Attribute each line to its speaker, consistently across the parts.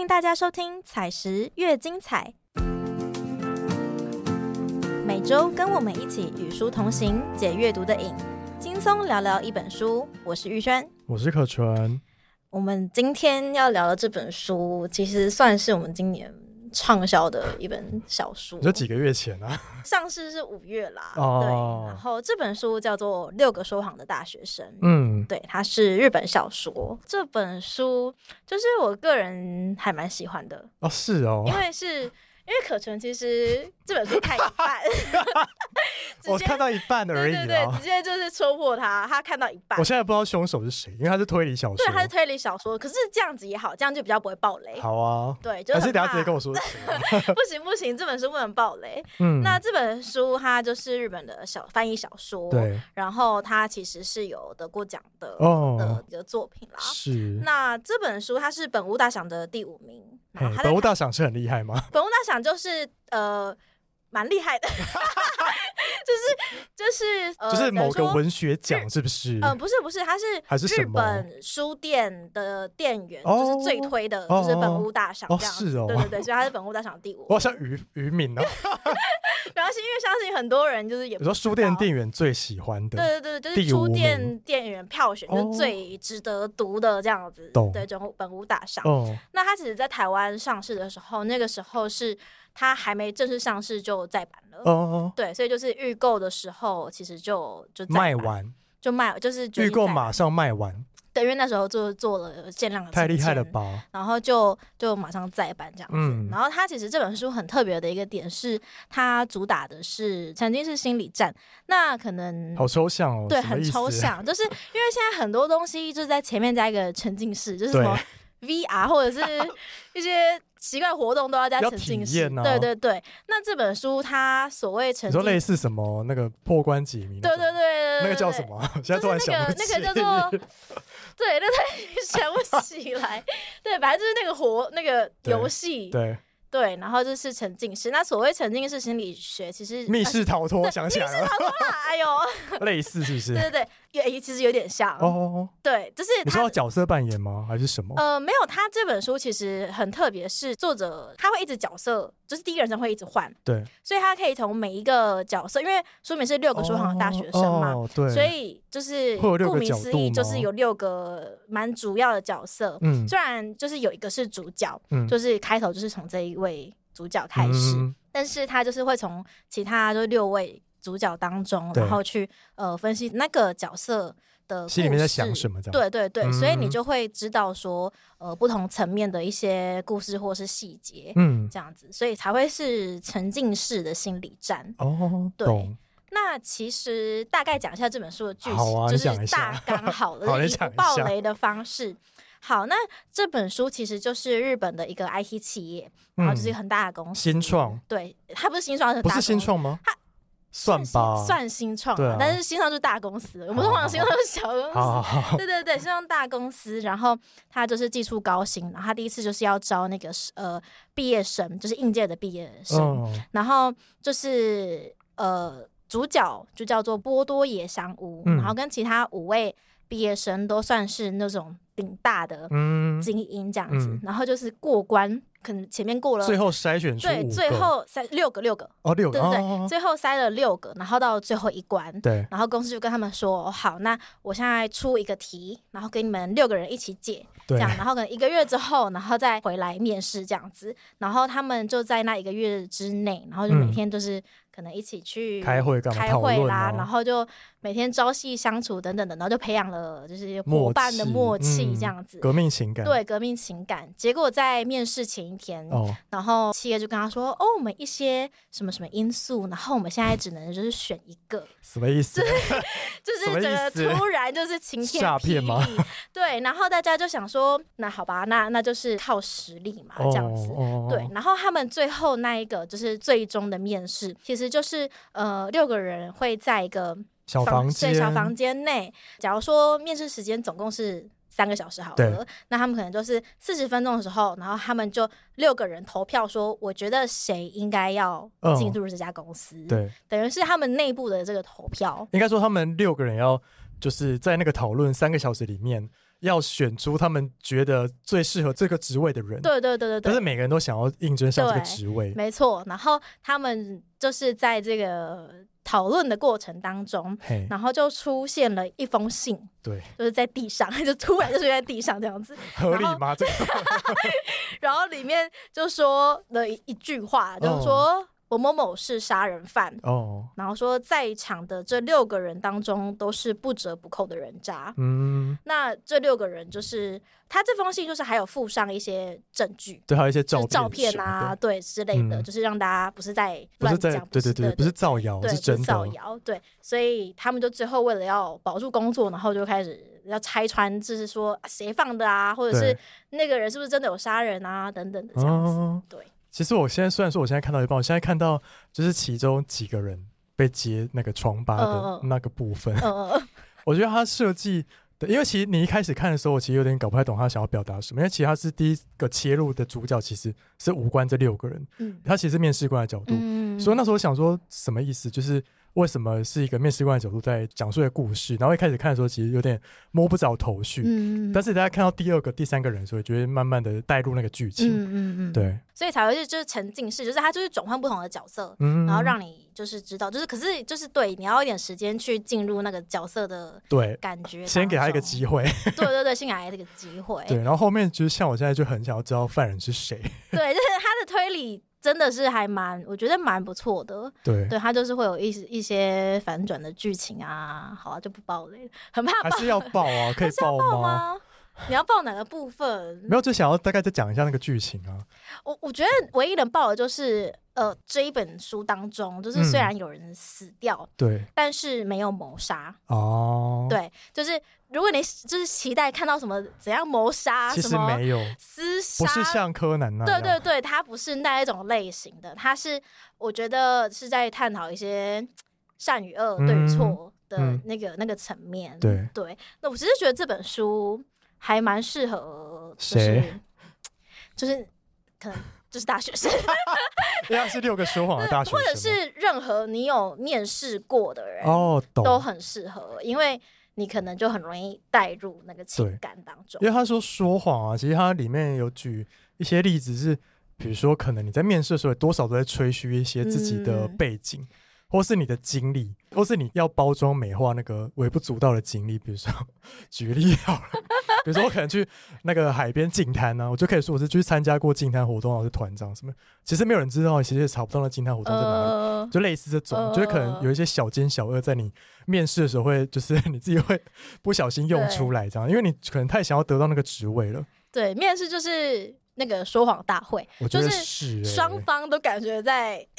Speaker 1: 迎大家收听《采石越精彩》，每周跟我们一起与书同行，解阅读的瘾，轻松聊聊一本书。我是玉轩，
Speaker 2: 我是可纯，
Speaker 1: 我们今天要聊的这本书，其实算是我们今年畅销的一本小书
Speaker 2: 你。说几个月前啊？
Speaker 1: 上市是五月啦，对。然
Speaker 2: 哦，
Speaker 1: 后这本书叫做《六个说谎的大学生》，
Speaker 2: 嗯，
Speaker 1: 对，它是日本小说。这本书就是我个人还蛮喜欢的，
Speaker 2: 哦是哦
Speaker 1: 因，为是。因为可纯其实这本书看一 半，直接
Speaker 2: 我看到一半而已
Speaker 1: 对对对，
Speaker 2: 啊
Speaker 1: 直。接就是戳破他，他看到一半
Speaker 2: 我，现在不知道凶手是哦谁，因为他是推理小
Speaker 1: 对，他是
Speaker 2: 说。
Speaker 1: 推理小说，可是这样子也好，这样就比较不会爆雷。
Speaker 2: 好啊，
Speaker 1: 对，就
Speaker 2: 还
Speaker 1: 很
Speaker 2: 是等下直接
Speaker 1: 怕
Speaker 2: 跟我说就行了。
Speaker 1: 不行不行，这本书不能爆雷。
Speaker 2: 嗯，
Speaker 1: 那这本书它就是日本的小翻译小说，，
Speaker 2: 对
Speaker 1: 然后它其实是有得过奖的、呃
Speaker 2: 哦
Speaker 1: 的，一个作品啦。
Speaker 2: 是。
Speaker 1: 那这本书它是本屋大赏的第五名，然后
Speaker 2: 嘿
Speaker 1: 它在
Speaker 2: 本屋大赏是很厉害吗？
Speaker 1: 本屋大赏就是呃蛮厉害的， 就是就是呃
Speaker 2: 就是某个。
Speaker 1: 等于说
Speaker 2: 文学奖是不是？
Speaker 1: 呃，不是不是，它是
Speaker 2: 还是
Speaker 1: 日
Speaker 2: 什么
Speaker 1: 本书店的店员，
Speaker 2: 哦
Speaker 1: 就是最推的，
Speaker 2: 哦
Speaker 1: 就是本屋大赏
Speaker 2: 哦
Speaker 1: 这样子。
Speaker 2: 是哦
Speaker 1: 对对对，所以它是本屋大赏第五
Speaker 2: 我。好像渔 渔民哦。
Speaker 1: 然后是因为相信很多人就是也
Speaker 2: 你
Speaker 1: 不
Speaker 2: 说书店
Speaker 1: 知道
Speaker 2: 店员最喜欢的，
Speaker 1: 对对对，就
Speaker 2: 第
Speaker 1: 是书
Speaker 2: 五
Speaker 1: 店
Speaker 2: 名
Speaker 1: 店员票选，就是
Speaker 2: 哦
Speaker 1: 最值得读的这样子。
Speaker 2: 懂
Speaker 1: 对，整本屋大赏。
Speaker 2: 哦，
Speaker 1: 那它其实，在台湾上市的时候，那个时候是它还没正式上市就再版了。
Speaker 2: 哦哦，
Speaker 1: 对，所以就是预购的时候，其实就就再版
Speaker 2: 卖完，
Speaker 1: 就卖，就是决
Speaker 2: 预
Speaker 1: 定
Speaker 2: 购
Speaker 1: 再版
Speaker 2: 马上卖完，
Speaker 1: 对，因为那时候就做了限量的，
Speaker 2: 太厉害了！吧？
Speaker 1: 然后就就马上再版这样子。
Speaker 2: 嗯
Speaker 1: 然后它其实这本书很特别的一个点是，它主打的是曾经是心理战，那可能
Speaker 2: 好抽象哦，
Speaker 1: 对，
Speaker 2: 什么
Speaker 1: 很
Speaker 2: 意思
Speaker 1: 抽。象，就是因为现在很多东西就是在前面加一个沉浸式，就是什么 VR 或者是一些奇怪活动都要加
Speaker 2: 要
Speaker 1: 沉浸
Speaker 2: 体
Speaker 1: 式。
Speaker 2: 验啊
Speaker 1: 对对对，那这本书它所谓沉
Speaker 2: 你
Speaker 1: 浸
Speaker 2: 说，类似什么那个破关解谜那
Speaker 1: 对
Speaker 2: 种？
Speaker 1: 对对对对，
Speaker 2: 那个
Speaker 1: 对
Speaker 2: 叫
Speaker 1: 对
Speaker 2: 什么啊？ 现
Speaker 1: 就
Speaker 2: 在突然
Speaker 1: 是
Speaker 2: 想
Speaker 1: 那个
Speaker 2: 不起。
Speaker 1: 那个叫做对，那他 想不起 来。对，反正就是那个活那个
Speaker 2: 对
Speaker 1: 游戏，
Speaker 2: 对
Speaker 1: 对，然后就是沉浸式。那所谓沉浸式心理学，其实
Speaker 2: 密室逃
Speaker 1: 呃
Speaker 2: 脱，想起来了，
Speaker 1: 啊，哎呦，
Speaker 2: 类似是不是？
Speaker 1: 对对对，也其实有点像。
Speaker 2: 哦哦，哦
Speaker 1: 对，就是
Speaker 2: 你
Speaker 1: 它
Speaker 2: 说角色扮演吗？还是什么？
Speaker 1: 呃，没有，他这本书其实很特别，是作者他会一直角色，就是第一人称会一直换，
Speaker 2: 对，
Speaker 1: 所以他可以从每一个角色，因为书名是六个说谎的大学生嘛，
Speaker 2: 哦，对，
Speaker 1: 所以就是
Speaker 2: 会有六
Speaker 1: 顾
Speaker 2: 个
Speaker 1: 名
Speaker 2: 角
Speaker 1: 思
Speaker 2: 度
Speaker 1: 义就
Speaker 2: 吗
Speaker 1: 是有六个蛮主要的角色，
Speaker 2: 嗯
Speaker 1: 虽然就是有一个是主角，
Speaker 2: 嗯
Speaker 1: 就是开头就是从这一位主角开始，
Speaker 2: 嗯
Speaker 1: 但是他就是会从其他就六位主角当中，
Speaker 2: 对
Speaker 1: 然后去呃分析那个角色的
Speaker 2: 心里面在想
Speaker 1: 么。
Speaker 2: 什么这样？
Speaker 1: 对对对，所以你
Speaker 2: 嗯
Speaker 1: 就会知道说，呃，不同层面的一些故事或是细节，
Speaker 2: 嗯，
Speaker 1: 这样子，所以才会是沉浸式的心理战。
Speaker 2: 哦，
Speaker 1: 对
Speaker 2: 懂，
Speaker 1: 那其实大概讲一下这本书的剧情，
Speaker 2: 好啊
Speaker 1: 就
Speaker 2: 你
Speaker 1: 是
Speaker 2: 讲一下
Speaker 1: 大纲好
Speaker 2: 好
Speaker 1: 了，
Speaker 2: 你
Speaker 1: 以不
Speaker 2: 讲一
Speaker 1: 爆
Speaker 2: 下
Speaker 1: 雷的方式。好，那这本书其实就是日本的一个 IT 企业，然后就是一个很大的公司，
Speaker 2: 嗯新创
Speaker 1: 对，它不是新创，是
Speaker 2: 不
Speaker 1: 大
Speaker 2: 是新
Speaker 1: 公司
Speaker 2: 创吗
Speaker 1: 它？
Speaker 2: 算
Speaker 1: 新
Speaker 2: 吧，
Speaker 1: 算新创
Speaker 2: 对
Speaker 1: 啊
Speaker 2: 啊，
Speaker 1: 但是新创就是大公司，我们
Speaker 2: 好
Speaker 1: 通
Speaker 2: 好
Speaker 1: 常新
Speaker 2: 好
Speaker 1: 创是小公司
Speaker 2: 好，好好，
Speaker 1: 对对对，是让大公司，然后他就是寄出高薪，然后他第一次就是要招那个是呃毕业生，就是应届的毕业生，
Speaker 2: 嗯
Speaker 1: 然后就是呃主角就叫做波多野香屋，
Speaker 2: 嗯
Speaker 1: 然后跟其他五位毕业生都算是那种顶大的
Speaker 2: 嗯，
Speaker 1: 精英这样子，
Speaker 2: 嗯
Speaker 1: 然后就是过关，可能前面过了
Speaker 2: 最。后筛选出
Speaker 1: 对，
Speaker 2: 五
Speaker 1: 最
Speaker 2: 个
Speaker 1: 后塞六个六个，
Speaker 2: 哦六
Speaker 1: 对
Speaker 2: 个，
Speaker 1: 对对，
Speaker 2: 哦
Speaker 1: 最后塞了六个，然后到最后一关，
Speaker 2: 对，
Speaker 1: 然后公司就跟他们说，哦、好，那我现在出一个题，然后给你们六个人一起解，这
Speaker 2: 对
Speaker 1: 样，然后可能一个月之后，然后再回来面试这样子，然后他们就在那一个月之内，然后就每
Speaker 2: 嗯
Speaker 1: 天就是可能一起去
Speaker 2: 开会干嘛？
Speaker 1: 开
Speaker 2: 讨
Speaker 1: 会
Speaker 2: 论
Speaker 1: 啦，
Speaker 2: 啊
Speaker 1: 然后就每天朝夕相处等等的，然后就培养了就是
Speaker 2: 默
Speaker 1: 伙伴的
Speaker 2: 契
Speaker 1: 默契
Speaker 2: 嗯
Speaker 1: 这样子，
Speaker 2: 革命情感，
Speaker 1: 对革命情感。结果在面试前一天，
Speaker 2: 哦，
Speaker 1: 然后企业就跟他说，哦，我们一些什么什么因素，然后我们现在只能就是选一个。
Speaker 2: 什么意思？
Speaker 1: 就是
Speaker 2: 什么
Speaker 1: 整
Speaker 2: 意
Speaker 1: 个
Speaker 2: 思
Speaker 1: 突然就是晴天
Speaker 2: 诈
Speaker 1: 霹
Speaker 2: 骗吗
Speaker 1: 雳，对，然后大家就想说，那好吧，那那就是靠实力嘛，这样子。
Speaker 2: 哦
Speaker 1: 对，，然后他们最后那一个就是最终的面试，其实就是呃六个人会在一个
Speaker 2: 小
Speaker 1: 房
Speaker 2: 房间，
Speaker 1: 对小房间内，假如说面试时间总共是三个小时好了
Speaker 2: 对，
Speaker 1: 那他们可能就是四十分钟的时候，然后他们就六个人投票说，我觉得谁应该要
Speaker 2: 嗯
Speaker 1: 进入这家公司，，
Speaker 2: 对，
Speaker 1: 等于是他们内部的这个投票，
Speaker 2: 应该说他们六个人要就是在那个讨论三个小时里面要选出他们觉得最适合这个职位的人。
Speaker 1: 对对对对
Speaker 2: 但是
Speaker 1: 对，
Speaker 2: 每个人都想要应征上这个
Speaker 1: 对
Speaker 2: 职位，
Speaker 1: 没错。然后他们就是在这个讨论的过程当中，
Speaker 2: 嘿，
Speaker 1: 然后就出现了一封信，
Speaker 2: 对，
Speaker 1: 就是在地上， 就突然就出现在地上这样子。
Speaker 2: 合理吗？这个
Speaker 1: 然后里面就说了一一句话，就是说、我某某是杀人犯，
Speaker 2: 哦，
Speaker 1: 然后说在场的这六个人当中都是不折不扣的人渣。
Speaker 2: 嗯，
Speaker 1: 那这六个人就是他这封信，就是还有附上一些证据，
Speaker 2: 对，还有一些
Speaker 1: 就
Speaker 2: 照
Speaker 1: 是照片
Speaker 2: 什么
Speaker 1: 啊，
Speaker 2: 的，
Speaker 1: 对之类的，
Speaker 2: 嗯
Speaker 1: 就是让大家不是在
Speaker 2: 不
Speaker 1: 乱
Speaker 2: 是在
Speaker 1: 讲，
Speaker 2: 对
Speaker 1: 是
Speaker 2: 对对，不是造谣，
Speaker 1: 对，
Speaker 2: 哦是
Speaker 1: 不是
Speaker 2: 真
Speaker 1: 造
Speaker 2: 的。
Speaker 1: 谣，对，所以他们就最后为了要保住工作，然后就开始要拆穿，就是说啊谁放的啊，或者是那个人是不是真的有杀人啊，等等的这样子。
Speaker 2: 哦，
Speaker 1: 对，
Speaker 2: 其实我现在虽然说我现在看到一半，我现在看到就是其中几个人被揭那个疮疤
Speaker 1: 嗯嗯
Speaker 2: 的
Speaker 1: 嗯
Speaker 2: 那个部分，
Speaker 1: 嗯嗯嗯，
Speaker 2: 我觉得他设计的，因为其实你一开始看的时候，我其实有点搞不太懂他想要表达什么，因为其实他是第一个切入的主角，其实是无关这六个人，
Speaker 1: 嗯
Speaker 2: 他其实是面试官的角度，
Speaker 1: 嗯，
Speaker 2: 所以那时候我想说什么意思，就是。为什么是一个面试官的角度在讲述一个故事？然后一开始看的时候，其实有点摸不着头绪。
Speaker 1: 嗯，
Speaker 2: 但是大家看到第二个、第三个人的时候，就会慢慢的带入那个剧
Speaker 1: 嗯
Speaker 2: 情。
Speaker 1: 嗯嗯，，
Speaker 2: 对，
Speaker 1: 所以才会是就是沉浸式，就是他就是转换不同的角色，
Speaker 2: 嗯，
Speaker 1: 然后让你就是知道，就是可是就是对，你要有一点时间去进入那个角色的
Speaker 2: 对，
Speaker 1: 感觉，哎
Speaker 2: 先给他一个
Speaker 1: 会，
Speaker 2: 机会，
Speaker 1: 对对对，先给他一个机会，
Speaker 2: 对，然后后面就是像我现在就很想要知道犯人是谁，
Speaker 1: 对，就是他的推理真的是还蛮，我觉得蛮不错的，
Speaker 2: 对，
Speaker 1: 对他就是会有一一些反转的剧情啊，好啊就不爆雷，很怕
Speaker 2: 还是要爆 啊，可以爆
Speaker 1: 爆
Speaker 2: 吗？
Speaker 1: 吗？你要爆哪个部分？
Speaker 2: 没有，就想要大概再讲一下那个剧情啊，
Speaker 1: 我我觉得唯一能爆的就是呃这一本书当中，就是虽
Speaker 2: 嗯
Speaker 1: 然有人死掉，
Speaker 2: 对，
Speaker 1: 但是没有谋杀。
Speaker 2: 哦，，
Speaker 1: 对，就是如果你就是期待看到什么怎样谋杀，
Speaker 2: 其
Speaker 1: 啊什
Speaker 2: 实
Speaker 1: 么
Speaker 2: 没有，
Speaker 1: 厮杀，
Speaker 2: 不是像柯南那
Speaker 1: 对
Speaker 2: 样，
Speaker 1: 对对，它不是那一种类型的，它是我觉得是在探讨一些善与恶、对与错的
Speaker 2: 嗯
Speaker 1: 那个、那个层面。
Speaker 2: 对
Speaker 1: 对，那我只是觉得这本书还蛮适合，就是
Speaker 2: 谁
Speaker 1: 就是可能就是大学生，
Speaker 2: 因为他是六个说谎的大学生
Speaker 1: 或
Speaker 2: 嘛，
Speaker 1: 者是任何你有面试过的人，
Speaker 2: 哦，
Speaker 1: 都
Speaker 2: 懂，
Speaker 1: 很适合，因为你可能就很容易带入那个情
Speaker 2: 对
Speaker 1: 感当中
Speaker 2: 因。为他说说谎啊，其实他里面有举一些例子是，比如说可能你在面试的时候多少都在吹嘘一些自己的
Speaker 1: 嗯
Speaker 2: 背景。或是你的经历，或是你要包装美化那个微不足道的经历，比如说举例好了，比如说我可能去那个海边净滩啊呢，我就可以说我是去参加过净滩活动，我是团长什么，其实没有人知道，其实也查不到那净滩活动在哪里。
Speaker 1: 呃，
Speaker 2: 就类似这种，就是可能有一些小奸小恶，在你面试的时候会，就是你自己会 不小心用出来这样，因为你可能太想要得到那个职位了。
Speaker 1: 对，面试就是那个说谎大会，
Speaker 2: 我觉
Speaker 1: 就
Speaker 2: 得
Speaker 1: 是
Speaker 2: 是欸
Speaker 1: 双方都感觉在，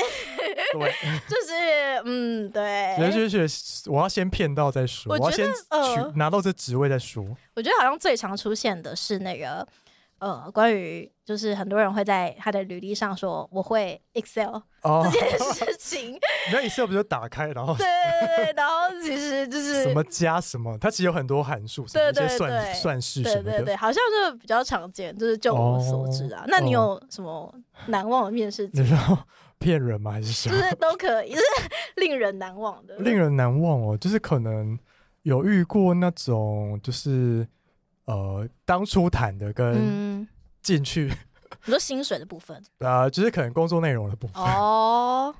Speaker 2: 对，
Speaker 1: 就是嗯，对，
Speaker 2: 人就是我要先骗到再说，
Speaker 1: 我
Speaker 2: 我
Speaker 1: 觉
Speaker 2: 要先
Speaker 1: 得呃
Speaker 2: 取拿到这职位再说。
Speaker 1: 我觉得好像最常出现的是那个。呃，关于就是很多人会在他的履历上说我会 Excel
Speaker 2: 哦
Speaker 1: 这，件事情，
Speaker 2: 那一次不就打开，然后
Speaker 1: 对对对，然后其实就是
Speaker 2: 什么加什么，它其实有很多函数，什么
Speaker 1: 对
Speaker 2: 一些
Speaker 1: 对对
Speaker 2: 算算式什
Speaker 1: 对
Speaker 2: 么
Speaker 1: 对
Speaker 2: 的。
Speaker 1: 对，好像就是比较常见，就是就我所知
Speaker 2: 哦
Speaker 1: 啊。那你有什么难忘的面试经
Speaker 2: 你
Speaker 1: 历？
Speaker 2: 知道骗人吗？还 是什
Speaker 1: 就
Speaker 2: 么？
Speaker 1: 是都可以，就是令人难忘的。
Speaker 2: 令人难忘哦，就是可能有遇过那种，就是呃，当初谈的跟
Speaker 1: 嗯，
Speaker 2: 进去，
Speaker 1: 你说薪水的部分
Speaker 2: 啊，就是可能工作内容的部分，
Speaker 1: 哦，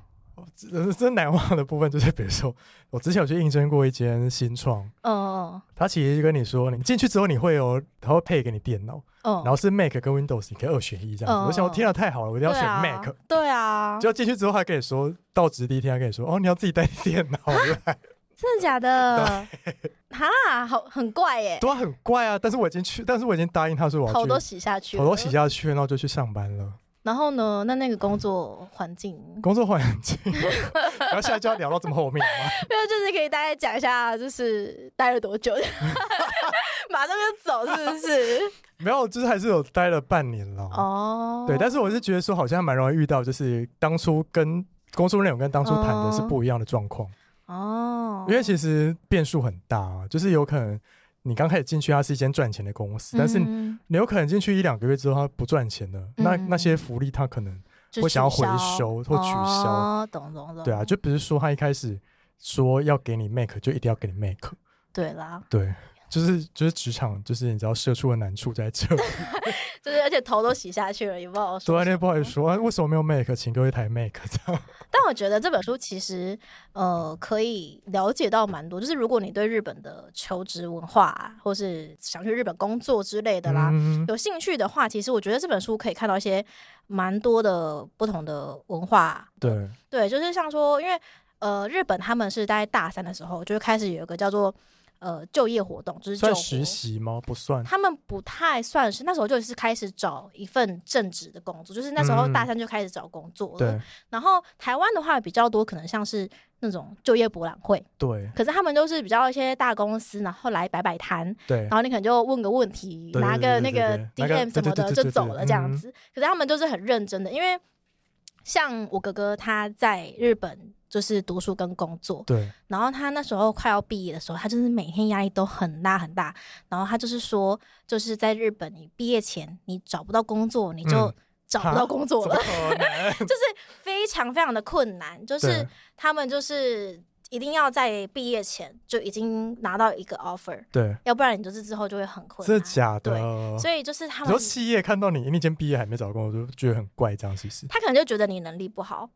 Speaker 2: 真、真难忘的部分就是，比如说 我之前有去应征过一间新创，
Speaker 1: 嗯
Speaker 2: 他其实就跟你说，你进去之后你会有，他会配给你电脑，
Speaker 1: 嗯，
Speaker 2: 然后是 Mac 跟 Windows，你可以二选一这样子。
Speaker 1: 嗯
Speaker 2: 我想，我天啊，太好了，我一定要选 Mac。
Speaker 1: 对啊，
Speaker 2: 结果进去之后，他跟你说，到职第一天，他跟你说，哦，你要自己带电脑 来，
Speaker 1: 真的假 的？哈，好很怪耶，
Speaker 2: 都很怪啊。但是我已经去，但是我已经答应他说我要
Speaker 1: 头
Speaker 2: 去
Speaker 1: 都洗下去，
Speaker 2: 头都洗。下去，然后就去上班了。
Speaker 1: 然后呢？那那个工作环境，
Speaker 2: 工作环境，然后现在就要聊到这么后面吗？
Speaker 1: 没有，就是可以大概讲一下，就是待了多 久，马上就走，是不是？
Speaker 2: 没有，就是还是有待了半年了。
Speaker 1: 哦，
Speaker 2: 对，但是我是觉得说，好像蛮容易遇到，就是当初跟工作内容跟当初谈的是不一样的状况，
Speaker 1: 哦，
Speaker 2: 因为其实变数很大啊，就是有可能你刚开始进去，它是一间赚钱的公司，但是你
Speaker 1: 嗯
Speaker 2: 有可能进去一两个月之后，它不赚钱了，那
Speaker 1: 嗯
Speaker 2: 那些福利它可能
Speaker 1: 就
Speaker 2: 会想要
Speaker 1: 取
Speaker 2: 回收或取消
Speaker 1: 哦，懂懂懂，
Speaker 2: 对啊，就不是说他一开始说要给你 make 就一定要给你 make，
Speaker 1: 对啦，
Speaker 2: 对，就是就是职场，就是你知道社畜的难处 在这里。
Speaker 1: 就是而且头都洗下去了，也不好说。
Speaker 2: 昨天不好意思说，啊为什么没有 make，请各位台 make 这样。
Speaker 1: 但我觉得这本书其实呃可以了解到蛮多，就是如果你对日本的求职文化、啊，或是想去日本工作之类的啦，
Speaker 2: 嗯
Speaker 1: 有兴趣的话，其实我觉得这本书可以看到一些蛮多的不同的文化。
Speaker 2: 对，
Speaker 1: 对，就是像说，因为呃日本他们是大概大三的时候就会开始有一个叫做呃就业活动，就是
Speaker 2: 算
Speaker 1: 就
Speaker 2: 实
Speaker 1: 活
Speaker 2: 习吗？不算。
Speaker 1: 他们不太算是那时候就是开始找一份正职的工作，就是那时候
Speaker 2: 嗯
Speaker 1: 大三就开始找工作了。
Speaker 2: 对
Speaker 1: 然后台湾的话比较多，可能像是那种就业博览会，
Speaker 2: 对
Speaker 1: 可是他们都是比较一些大公司，然后来摆摆摊，
Speaker 2: 对
Speaker 1: 然，后你可能就问个问题，
Speaker 2: 对对
Speaker 1: 拿个
Speaker 2: 对对
Speaker 1: 那个
Speaker 2: 对对拿个
Speaker 1: DM 什么
Speaker 2: 对对对
Speaker 1: 的
Speaker 2: 对嗯
Speaker 1: 就
Speaker 2: 对
Speaker 1: 走
Speaker 2: 对
Speaker 1: 了这样
Speaker 2: 嗯
Speaker 1: 子。可是他们都是很认真的，因为像我哥哥他在日本。就是读书跟工作，
Speaker 2: 对，
Speaker 1: 然后他那时候快要毕业的时候，他就是每天压力都很大很大。然后他就是说，就是在日本，你毕业前你找不到工作，你就
Speaker 2: 嗯
Speaker 1: 找不到工作
Speaker 2: 怎么
Speaker 1: 了，
Speaker 2: 可 能？
Speaker 1: 非常非常的困难。就是
Speaker 2: 对
Speaker 1: 他们就是一定要在毕业前就已经拿到一个 offer，
Speaker 2: 对，
Speaker 1: 要不然你就是之后就会很困
Speaker 2: 真
Speaker 1: 难。
Speaker 2: 的假的？
Speaker 1: 啊所以就是他
Speaker 2: 你
Speaker 1: 们
Speaker 2: 说，企业看到你那间毕业还没找工作，就觉得很怪，这样是不是？
Speaker 1: 他可能就觉得你能力不好，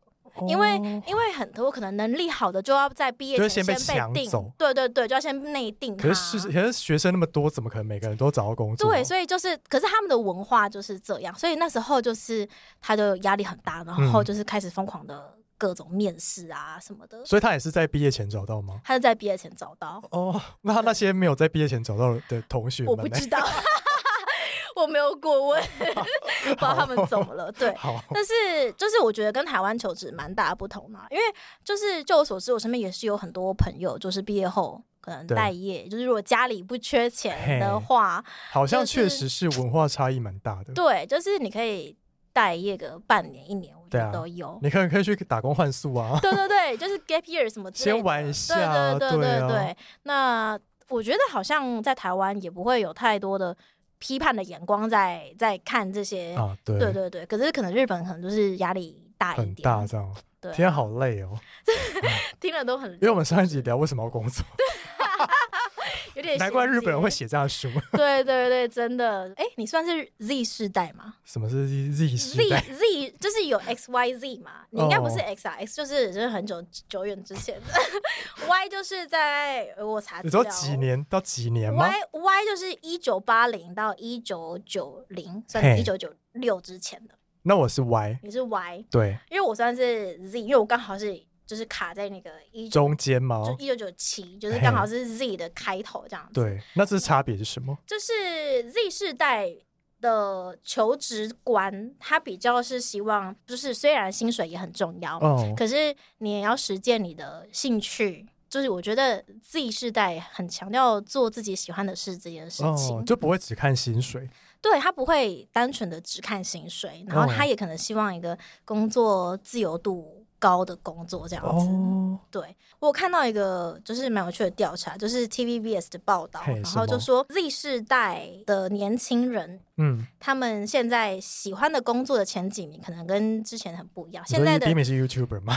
Speaker 1: 因为
Speaker 2: 哦
Speaker 1: 因为很多可能能力好的就要在毕业
Speaker 2: 就会
Speaker 1: 前
Speaker 2: 先被抢
Speaker 1: 被定
Speaker 2: 走，
Speaker 1: 对对对，就要先内定他。
Speaker 2: 可是是可是学生那么多，怎么可能每个人都找到工作？啊
Speaker 1: 对，所以就是，可是他们的文化就是这样，所以那时候就是他的压力很大，然后
Speaker 2: 嗯
Speaker 1: 就是开始疯狂的各种面试啊什么的。
Speaker 2: 所以他也是在毕业前找到吗？
Speaker 1: 他是在毕业前找到，
Speaker 2: 哦，那那些没有在毕业前找到的同学
Speaker 1: 我
Speaker 2: 们
Speaker 1: 不
Speaker 2: 呢？
Speaker 1: 知道， 我没有过 问，不知道他们怎么了。对，
Speaker 2: 好，啊
Speaker 1: 但是就是我觉得跟台湾求职蛮大的不同嘛，因为就是就我所知，我身边也是有很多朋友，就是毕业后可能
Speaker 2: 对
Speaker 1: 待业，就是如果家里不缺钱的
Speaker 2: 嘿
Speaker 1: 话，
Speaker 2: 好像
Speaker 1: 就
Speaker 2: 确
Speaker 1: 是
Speaker 2: 实是文化差异蛮大的。
Speaker 1: 对，就是你可以待业个半年一年，我觉
Speaker 2: 对啊
Speaker 1: 得都有。
Speaker 2: 你可能可以去打工换宿啊。
Speaker 1: 对对对，就是 gap year 什么之类的，
Speaker 2: 先玩一下
Speaker 1: 对对
Speaker 2: 对
Speaker 1: 对
Speaker 2: 啊
Speaker 1: 对对。那我觉得好像在台湾也不会有太多的批判的眼光在在看这些，
Speaker 2: 啊，对，
Speaker 1: 对对对。可是可能日本可能就是压力大一
Speaker 2: 很
Speaker 1: 点，
Speaker 2: 大这样。
Speaker 1: 对啊
Speaker 2: 天啊，好累哦，
Speaker 1: 听了都很
Speaker 2: 因为我们上一集聊为什么要工作，
Speaker 1: 有点。
Speaker 2: 难怪日本人会。写这样的书。
Speaker 1: 对对对，真的。哎，你算是 Z 世代吗
Speaker 2: 什么是 Z Z
Speaker 1: ？Z 啊
Speaker 2: 时代？
Speaker 1: Z 就是有 X Y Z 嘛，你应该不是
Speaker 2: 哦
Speaker 1: X 啊、x 就是就是很久久远之前 的，Y 就是在呃我查
Speaker 2: 你
Speaker 1: 资
Speaker 2: 说
Speaker 1: 料，
Speaker 2: 几年到几年吗？
Speaker 1: Y Y 就是一九八零到一九九零，算
Speaker 2: 嘿
Speaker 1: 一九九六之前的。
Speaker 2: 那我是 Y，
Speaker 1: 你是 Y，
Speaker 2: 对，
Speaker 1: 因为我算是 Z，因为我刚好是就是卡在那个一九
Speaker 2: 中间吗？
Speaker 1: 就一九九七，就是
Speaker 2: 嘿
Speaker 1: 刚好是 Z 的开头这样子。，
Speaker 2: 对，那这差别是什么？
Speaker 1: 就是 Z 世代的求职观，他比较是希望，就是虽然薪水也很重要，
Speaker 2: 哦，
Speaker 1: 可是你也要实践你的兴趣。就是我觉得 Z 世代很强调做自己喜欢的事这件事情，
Speaker 2: 哦，就不会只看薪水，
Speaker 1: 对他不会单纯的只看薪水，然
Speaker 2: 哦
Speaker 1: 后他也可能希望一个工作自由度高的工作这样子。
Speaker 2: 哦，
Speaker 1: 对我有看到一个就是蛮有趣的调查，就是 TVBS 的报道，
Speaker 2: 嘿
Speaker 1: 然
Speaker 2: 什么
Speaker 1: 后就说 Z 世代的年轻人。
Speaker 2: 嗯，
Speaker 1: 他们现在喜欢的工作的前几名，可能跟之前很不一样。
Speaker 2: 你
Speaker 1: 现在
Speaker 2: 说
Speaker 1: 的
Speaker 2: 第一名是 YouTuber 吗？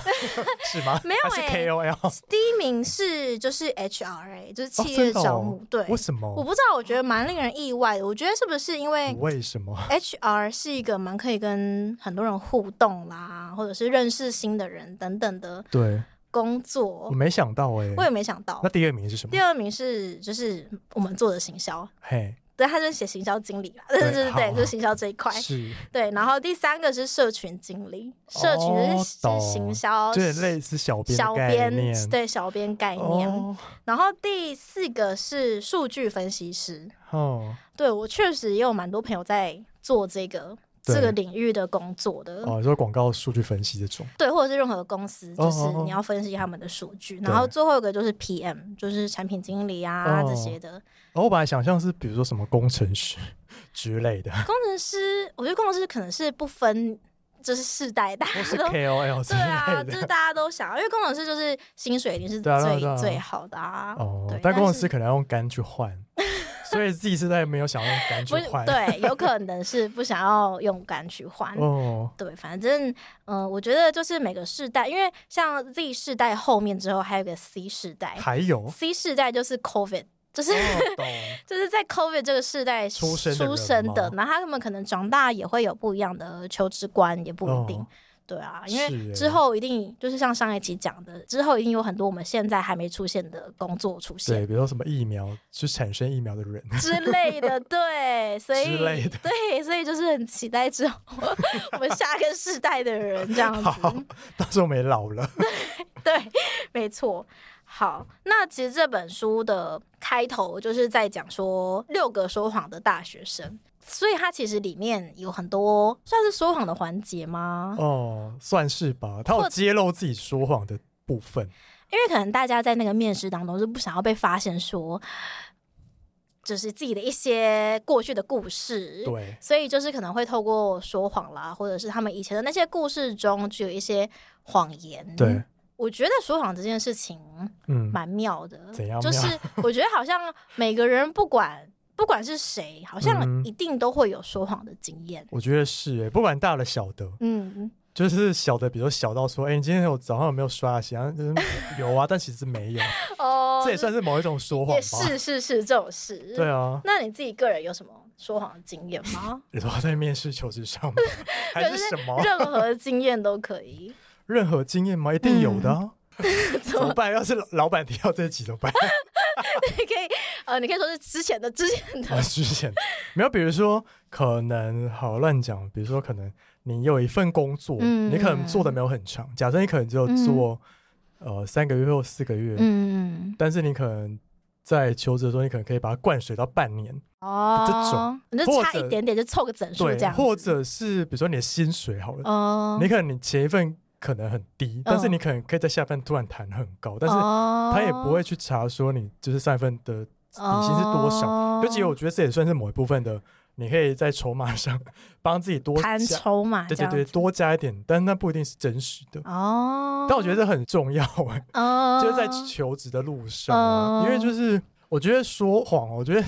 Speaker 2: 是吗？
Speaker 1: 没有
Speaker 2: 还是
Speaker 1: 欸
Speaker 2: KOL？
Speaker 1: 第一名是就是 HRA，就是企业
Speaker 2: 真的哦
Speaker 1: 招募。对，
Speaker 2: 为什么？
Speaker 1: 我不知道，我觉得蛮令人意外的。我觉得是不是因为
Speaker 2: 为什么？
Speaker 1: HR 是一个蛮可以跟很多人互动啦，或者是认识新的人等等的
Speaker 2: 对
Speaker 1: 工
Speaker 2: 我
Speaker 1: 作，
Speaker 2: 没想到哎、
Speaker 1: 我也没想到
Speaker 2: 那。第二名是什么
Speaker 1: 第？二名是就是我们做的行销，
Speaker 2: 嘿，
Speaker 1: 对，他就是写行销经理啦，
Speaker 2: 对
Speaker 1: 对对对
Speaker 2: 好
Speaker 1: 对，就是行销这一块。
Speaker 2: 是，
Speaker 1: 对，然后第三个是社群经理，社群
Speaker 2: 哦
Speaker 1: 是
Speaker 2: 懂
Speaker 1: 是行销
Speaker 2: 就，有点类似小编
Speaker 1: 哦小
Speaker 2: 的概念，
Speaker 1: 编对小编概念。
Speaker 2: 哦，
Speaker 1: 然后第四个是数据分析师，
Speaker 2: 哦，
Speaker 1: 对我确实也有蛮多朋友在做这个
Speaker 2: 对
Speaker 1: 这个领域的工作的。
Speaker 2: 哦，说广告数据分析这种，
Speaker 1: 对，或者是任何公司，
Speaker 2: 哦
Speaker 1: 就是
Speaker 2: 哦哦
Speaker 1: 你要分析他们的数据，然后最后一个就是 PM，就是产品经理啊、
Speaker 2: 哦
Speaker 1: 这些的
Speaker 2: 哦，我本来想象是比如说什么工程师 之类 的，
Speaker 1: 工程师。我觉得工程师可能是不分就是世代，大
Speaker 2: 或
Speaker 1: 家
Speaker 2: 是
Speaker 1: 都
Speaker 2: KOL 之
Speaker 1: 对啊，
Speaker 2: 类
Speaker 1: 就
Speaker 2: 的。
Speaker 1: 是大家都想要，因为工程师就是薪水一定是最、
Speaker 2: 对啊对啊对啊
Speaker 1: 最好的啊。
Speaker 2: 哦
Speaker 1: 对，
Speaker 2: 但
Speaker 1: 但
Speaker 2: 工程
Speaker 1: 是
Speaker 2: 师可能要用肝 去换，所以 Z 世代没有想要用肝去
Speaker 1: 不是
Speaker 2: 换。
Speaker 1: 对，啊有可能是不想要用肝去换。
Speaker 2: 哦，
Speaker 1: 对，反正嗯、呃我觉得就是每个世代，因为像 Z 世代后面之后还有一个 C 世代
Speaker 2: 还有
Speaker 1: ，C 世代就是 COVID 就是、
Speaker 2: 哦懂，
Speaker 1: 就是在 COVID 这个世代
Speaker 2: 出生的人
Speaker 1: 出生的
Speaker 2: 吗，
Speaker 1: 那他们可能长大也会有不一样的求职观，也不一定。
Speaker 2: 哦
Speaker 1: 对啊，因
Speaker 2: 是欸
Speaker 1: 为之后一定就是像上一期讲的，之后一定有很多我们现在还没出现的工作出
Speaker 2: 对，
Speaker 1: 现
Speaker 2: 比如说什么疫苗，去产生疫苗的人，
Speaker 1: 之类的，对，所以
Speaker 2: 之类的
Speaker 1: 对，所以就是很期待之后 我们下个世代的人这样
Speaker 2: 好
Speaker 1: 子，，
Speaker 2: 到时候没老 了，
Speaker 1: 对，没错。好，那其实这本书的开头就是在讲说六个说谎的大学生，所以它其实里面有很多算是说谎的环节吗？
Speaker 2: 哦，算是吧。他有揭露自己说谎的部分，
Speaker 1: 因为可能大家在那个面试当中是不想要被发现说，就是自己的一些过去的故事，
Speaker 2: 对，
Speaker 1: 所以就是可能会透过说谎啦，或者是他们以前的那些故事中，就有一些谎言。
Speaker 2: 对，
Speaker 1: 我觉得说谎这件事情
Speaker 2: 嗯，
Speaker 1: 蛮妙的，
Speaker 2: 怎样
Speaker 1: 就是
Speaker 2: 妙
Speaker 1: 我觉得好像每个人不管不管是谁，好
Speaker 2: 嗯
Speaker 1: 像一定都会有说谎的经验。
Speaker 2: 我觉得是诶，不管大的小的，
Speaker 1: 嗯，
Speaker 2: 就是小的，比如小到说，哎，你今天有早上有没有刷牙？然后就是有啊，但 其实没有，
Speaker 1: 哦，
Speaker 2: 这也算是某一种说谎
Speaker 1: 也
Speaker 2: 吧？
Speaker 1: 是是是这种事。
Speaker 2: 对啊，
Speaker 1: 那你自己个人有什么说谎的经验 吗？
Speaker 2: 你说在面试求职 上吗还
Speaker 1: 就是是
Speaker 2: 什么？
Speaker 1: 任何经验都可以。
Speaker 2: 任何经验吗？一定有的啊。
Speaker 1: 嗯怎
Speaker 2: 怎么
Speaker 1: 么？
Speaker 2: 办？要是老老板听到这集怎么办？
Speaker 1: 你可以呃，你可以说是之前的之前的
Speaker 2: 啊，之前没有，比如说可能好乱讲，比如说可能你有一份工作，
Speaker 1: 嗯
Speaker 2: 你可能做的没有很长，假设你可能只有做、呃三个月或四个月，
Speaker 1: 嗯
Speaker 2: 但是你可能在求职的时候，你可能可以把它灌水到半年，这
Speaker 1: 哦
Speaker 2: 种，
Speaker 1: 你就差一点点就凑个整数
Speaker 2: 对
Speaker 1: 这，样子，
Speaker 2: 或者是比如说你的薪水好了，
Speaker 1: 哦，
Speaker 2: 你可能你前一份可能很低，但是
Speaker 1: 嗯
Speaker 2: 你可能可以在下份突然弹很高，但是
Speaker 1: 哦他
Speaker 2: 他也不会去查说你就是上一份的底薪是多少
Speaker 1: 少
Speaker 2: 尤其我觉得这也算是某一部分的，你可以在筹码上帮自己多
Speaker 1: 谈
Speaker 2: 加，
Speaker 1: 筹码，
Speaker 2: 对对对，多加一点，但那不一定是真实的。
Speaker 1: 哦。
Speaker 2: 但我觉得这很重要、欸，
Speaker 1: 哦，
Speaker 2: 就是在求职的路上、啊，
Speaker 1: 哦
Speaker 2: 因为就是我觉得说谎，哦我觉得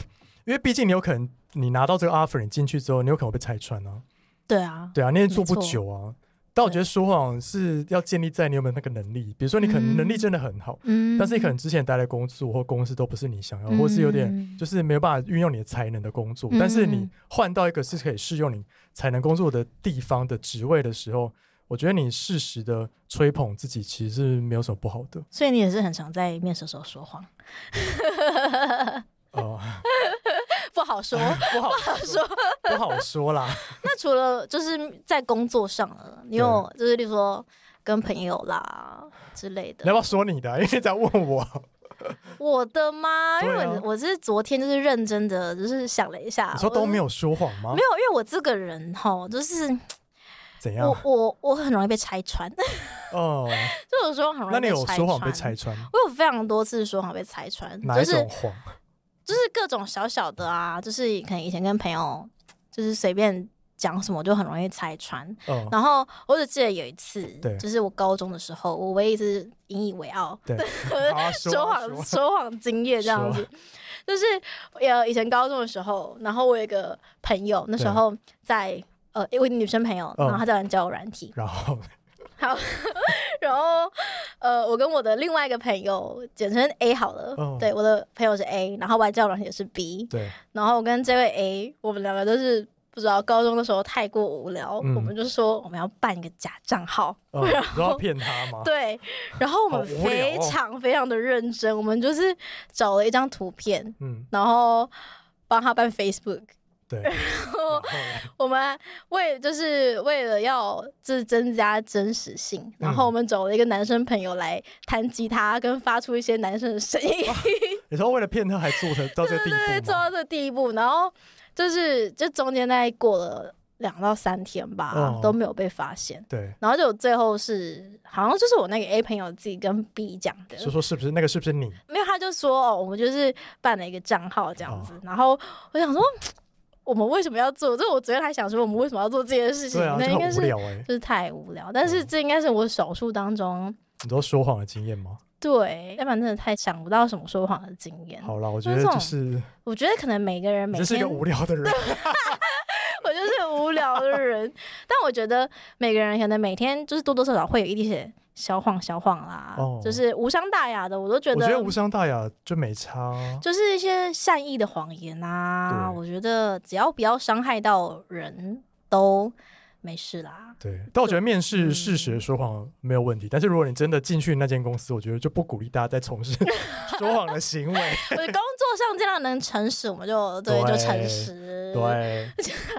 Speaker 2: 因为毕竟你有可能你拿到这个 offer，你进去之后，你有可能会被拆穿啊，
Speaker 1: 对啊，
Speaker 2: 对啊，那些做
Speaker 1: 没
Speaker 2: 不
Speaker 1: 错
Speaker 2: 久啊。但我觉得说谎是要建立在你有没有那个能力，比如说你可能能力
Speaker 1: 嗯
Speaker 2: 真的很好，
Speaker 1: 嗯，
Speaker 2: 但是你可能之前待的工作或公司都不是你想要，或是有点
Speaker 1: 嗯
Speaker 2: 就是没有办法运用你的才能的工作，但是你
Speaker 1: 嗯
Speaker 2: 换到一个是可以适用你才能工作的地方的职位的时候，我觉得你适时的吹捧自己其实是没有什么不好 的。
Speaker 1: 所以你也是很常在面试的时候说 谎，
Speaker 2: 呃，
Speaker 1: 不好说。
Speaker 2: 不好说，不好说啦。
Speaker 1: 那除了就是在工作上呢，你有就是例如说跟朋友啦之类
Speaker 2: 你要
Speaker 1: 的。
Speaker 2: 不要说你的啊？因为你在问我，
Speaker 1: 我的吗？因
Speaker 2: 对啊
Speaker 1: 为我我是昨天就是认真的，就是想了一下，
Speaker 2: 你说都没
Speaker 1: 有。
Speaker 2: 有说谎吗哎
Speaker 1: 没？有，因为我这个人哈，就是
Speaker 2: 怎样
Speaker 1: 我？我我很容易被拆穿，
Speaker 2: 哦，
Speaker 1: 就有时候很容易
Speaker 2: 那你
Speaker 1: 被
Speaker 2: 有
Speaker 1: 拆
Speaker 2: 说谎被
Speaker 1: 穿。
Speaker 2: 拆穿？
Speaker 1: 我有非常多次说谎被拆穿，
Speaker 2: 哪
Speaker 1: 就
Speaker 2: 一
Speaker 1: 是
Speaker 2: 种谎？
Speaker 1: 就是各种小小的啊，就是可能以前跟朋友就是随便讲什么，就很容易拆穿。
Speaker 2: 嗯，
Speaker 1: 然后我只记得有一次
Speaker 2: 对，
Speaker 1: 就是我高中的时候，我唯一一次引以为傲
Speaker 2: 对， 好啊说
Speaker 1: 说
Speaker 2: 啊
Speaker 1: 谎
Speaker 2: 说
Speaker 1: 说谎经验这样子。就是呃，以前高中的时候，然后我有一个朋友，那时候在呃，一位女生朋友，
Speaker 2: 嗯
Speaker 1: 然后她在玩交友软体，
Speaker 2: 然后
Speaker 1: 然后呃，我跟我的另外一个朋友，简称 A 好了，
Speaker 2: 嗯
Speaker 1: 对，我的朋友是 A，然后玩交友软体的是 B，
Speaker 2: 对，
Speaker 1: 然后我跟这位 A，我们两个都是不知道高中的时候太过无聊，
Speaker 2: 嗯
Speaker 1: 我们就说我们要办一个假账号，
Speaker 2: 嗯，你说要骗他吗？
Speaker 1: 对，然后我
Speaker 2: 啊好
Speaker 1: 们
Speaker 2: 无聊
Speaker 1: 非
Speaker 2: 哦
Speaker 1: 常非常的认真，我们就是找了一张图片，
Speaker 2: 嗯，
Speaker 1: 然后帮他办 Facebook，
Speaker 2: 对。然后嘞
Speaker 1: 我们为就是为了要就是增加真实性，然
Speaker 2: 嗯
Speaker 1: 后我们找了一个男生朋友来弹吉他，跟发出一些男生的声音，
Speaker 2: 你说为了骗他还做成到这个地
Speaker 1: 对，
Speaker 2: 步
Speaker 1: 做
Speaker 2: 吗？
Speaker 1: 到这个地步，然后就是就中间大概过了两到三天吧，
Speaker 2: 哦
Speaker 1: 都没有被发现。
Speaker 2: 对，
Speaker 1: 然后就最后是好像就是我那个 A 朋友自己跟 B 讲的，
Speaker 2: 就说是不是那个是不是你？
Speaker 1: 没有他就说哦，我们就是办了一个账号这样
Speaker 2: 哦
Speaker 1: 子。然后我想说，嗯我们为什么要做？这我昨天还想说，我们为什么要做这件事情？
Speaker 2: 对啊，
Speaker 1: 那
Speaker 2: 就
Speaker 1: 应该
Speaker 2: 很无
Speaker 1: 是
Speaker 2: 聊哎。
Speaker 1: 就是太无聊。但是
Speaker 2: 嗯
Speaker 1: 这应该是我少数当中
Speaker 2: 你都说谎的经验吗？
Speaker 1: 对，要不然真的太想不到什么说谎的经验。
Speaker 2: 好啦，我觉
Speaker 1: 就是
Speaker 2: 得
Speaker 1: 这
Speaker 2: 就
Speaker 1: 种
Speaker 2: 是
Speaker 1: 我觉得可能每个人
Speaker 2: 你
Speaker 1: 每
Speaker 2: 这是一
Speaker 1: 天
Speaker 2: 个无聊 的人，
Speaker 1: 我 就是无聊的人，但我觉得每个人可能每天就是多多少少会有一点小晃小晃啦，
Speaker 2: 哦
Speaker 1: 就是无伤大雅的，我都觉
Speaker 2: 我
Speaker 1: 得
Speaker 2: 觉得无伤大雅就没差啊。
Speaker 1: 就是一些善意的谎言啊，
Speaker 2: 对
Speaker 1: 我觉得只要不要伤害到人都没事 啦。
Speaker 2: 对，但我觉得面试
Speaker 1: 嗯
Speaker 2: 事实说谎没有问题，但是如果你真的进去那间公司，我觉得就不鼓励大家再从事 说谎的 行为。
Speaker 1: 我觉得工作上尽量能诚实，我们就对
Speaker 2: 对
Speaker 1: 就诚实，，
Speaker 2: 对，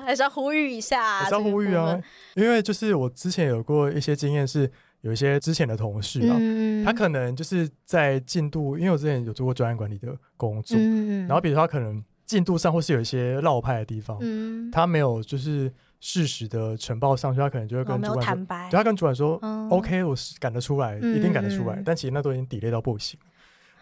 Speaker 1: 还是要呼吁一下，
Speaker 2: 还是要呼吁
Speaker 1: 这个
Speaker 2: 啊
Speaker 1: 部分，
Speaker 2: 因为就是我之前有过一些经验，是有一些之前的同事啊，
Speaker 1: 嗯
Speaker 2: 他可能就是在进度，因为我之前有做过专案管理的工作，
Speaker 1: 嗯
Speaker 2: 然后比如说他可能进度上或是有一些绕派的地方，
Speaker 1: 嗯，
Speaker 2: 他没有就是适时的呈报上去，他可能就会
Speaker 1: 我
Speaker 2: 跟
Speaker 1: 哦没
Speaker 2: 主
Speaker 1: 有
Speaker 2: 管说，
Speaker 1: 坦白
Speaker 2: 对，他啊跟主管说、
Speaker 1: 嗯
Speaker 2: o k 我是赶得出来，一定赶得出来，
Speaker 1: 嗯嗯嗯
Speaker 2: 但其实那都已经 delay 到不行，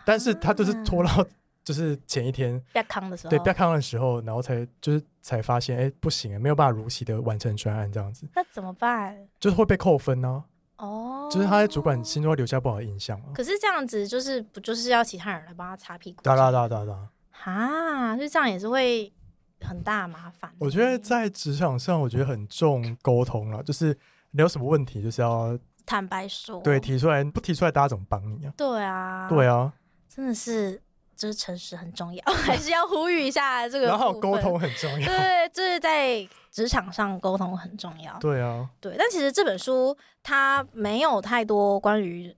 Speaker 2: 但是他就是
Speaker 1: 嗯
Speaker 2: 拖到就是前一天。
Speaker 1: 不要扛的时候，
Speaker 2: 对，不要看的时候，然后才就是才发现，哎，不行，没有办法如期的完成专案，这样子
Speaker 1: 那怎么办？
Speaker 2: 就是会被扣分呢、
Speaker 1: 哦，
Speaker 2: 就是他在主管心中会留下不好的印象啊。
Speaker 1: 可是这样子就是不就是要其他人来帮他擦屁股？
Speaker 2: 哒哒哒哒哒，
Speaker 1: 啊，就这样也是会很大麻烦。
Speaker 2: 我觉得在职场上，我觉得很重沟通了，就是你有什么问题，就是要
Speaker 1: 坦白说，
Speaker 2: 对提出来，不提出来，大家怎么帮你啊？
Speaker 1: 对啊，
Speaker 2: 对
Speaker 1: 啊，
Speaker 2: 啊，
Speaker 1: 真的是就是诚实很重要， 还是要呼吁一下这个。
Speaker 2: 然后沟，通很重要。
Speaker 1: 对，啊就是在职场上沟通很重要。
Speaker 2: 对啊，
Speaker 1: 对，但其实这本书它没有太多关于，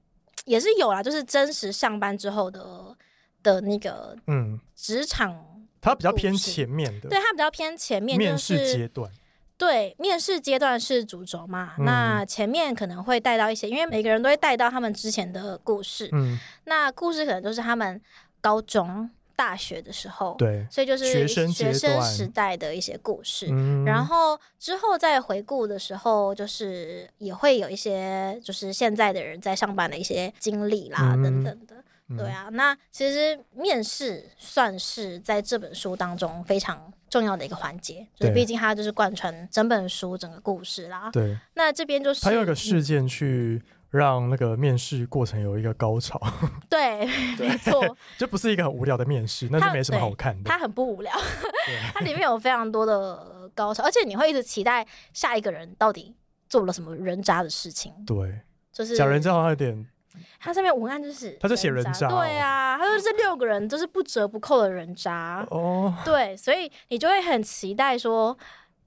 Speaker 1: 也是有啦，就是真实上班之后的的那个
Speaker 2: 嗯，
Speaker 1: 职场，
Speaker 2: 他比较偏前面的
Speaker 1: 对它比较偏前面，
Speaker 2: 面
Speaker 1: 就是
Speaker 2: 试阶段，
Speaker 1: 对，面试阶段是主轴嘛，
Speaker 2: 嗯
Speaker 1: 那前面可能会带到一些，因为每个人都会带到他们之前的故事，
Speaker 2: 嗯，
Speaker 1: 那故事可能就是他们高中、大学的时候，，
Speaker 2: 对，
Speaker 1: 所以就是
Speaker 2: 学生阶
Speaker 1: 学
Speaker 2: 段
Speaker 1: 生时代的一些故事。
Speaker 2: 嗯，
Speaker 1: 然后之后再回顾的时候，就是也会有一些，就是现在的人在上班的一些经历啦，
Speaker 2: 嗯
Speaker 1: 等等的。
Speaker 2: 嗯
Speaker 1: 对，啊，那其实面试算是在这本书当中非常重要的一个环节，就是
Speaker 2: 对啊
Speaker 1: 毕竟它就是贯穿整本书整个故事啦。
Speaker 2: 对，
Speaker 1: 那这边就是
Speaker 2: 他用一个事件去让那个面试过程有一个高潮，
Speaker 1: 对， 没错，
Speaker 2: 这不是一个很无聊的面试，那
Speaker 1: 他
Speaker 2: 就没什么好看的
Speaker 1: 它。很不无聊，
Speaker 2: 对
Speaker 1: 它里面有非常多的高潮，而且你会一直期待下一个人到底做了什么人渣的事情，
Speaker 2: 对，
Speaker 1: 就是
Speaker 2: 小人这好像有点，
Speaker 1: 它上面文案就是
Speaker 2: 它就写人渣哦
Speaker 1: 对啊，它说这六个人都是不折不扣的人渣，
Speaker 2: 哦，
Speaker 1: 对，所以你就会很期待说。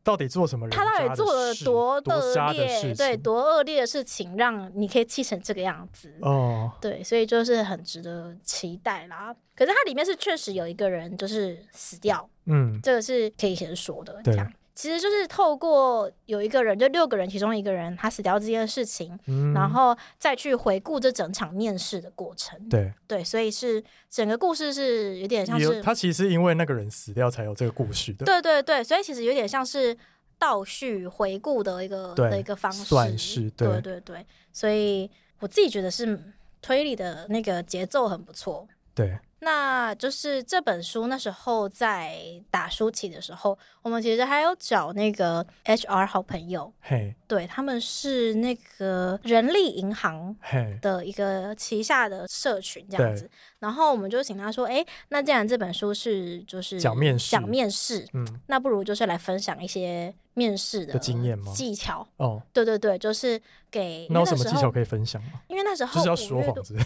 Speaker 2: 到底做什么人渣
Speaker 1: 他
Speaker 2: 的事？
Speaker 1: 到底做了
Speaker 2: 多
Speaker 1: 恶
Speaker 2: 渣的
Speaker 1: 劣，
Speaker 2: 事
Speaker 1: 对，
Speaker 2: 情？
Speaker 1: 多恶劣的事情，让你可以气成这个样子。
Speaker 2: 哦，
Speaker 1: 对，所以就是很值得期待啦。可是它里面是确实有一个人就是死掉，
Speaker 2: 嗯，
Speaker 1: 这个是可以先说的。这
Speaker 2: 对
Speaker 1: 样其实就是透过有一个人，就六个人其中一个人他死掉这件事情，
Speaker 2: 嗯
Speaker 1: 然后再去回顾这整场面试的过程。
Speaker 2: 对，
Speaker 1: 对，所以是整个故事是有点像
Speaker 2: 有
Speaker 1: 是
Speaker 2: 他其实是因为那个人死掉才有这个故事的，
Speaker 1: 对对对，所以其实有点像是倒叙回顾的一个
Speaker 2: 对
Speaker 1: 的一个方式，
Speaker 2: 算是对
Speaker 1: 对对对所以我自己觉得是推理的那个节奏很不错。
Speaker 2: 对
Speaker 1: 那就是这本书那时候在打书期的时候，我们其实还有找那个 HR 好朋友，
Speaker 2: 嘿
Speaker 1: 对他们是那个人力银行
Speaker 2: 嘿，
Speaker 1: 的一个旗下的社群这样
Speaker 2: 对
Speaker 1: 子。然后我们就请他说：“哎，那既然这本书是就是
Speaker 2: 讲面试
Speaker 1: 讲面试，
Speaker 2: 嗯，
Speaker 1: 那不如就是来分享一些面试的
Speaker 2: 的经验吗
Speaker 1: 技巧。
Speaker 2: 哦，
Speaker 1: 对对对，就是给因为
Speaker 2: 那有什么
Speaker 1: 时
Speaker 2: 技
Speaker 1: 候
Speaker 2: 巧可以分享吗？
Speaker 1: 因为那时候
Speaker 2: 就是要
Speaker 1: 五月
Speaker 2: 说谎
Speaker 1: 多
Speaker 2: 之类的，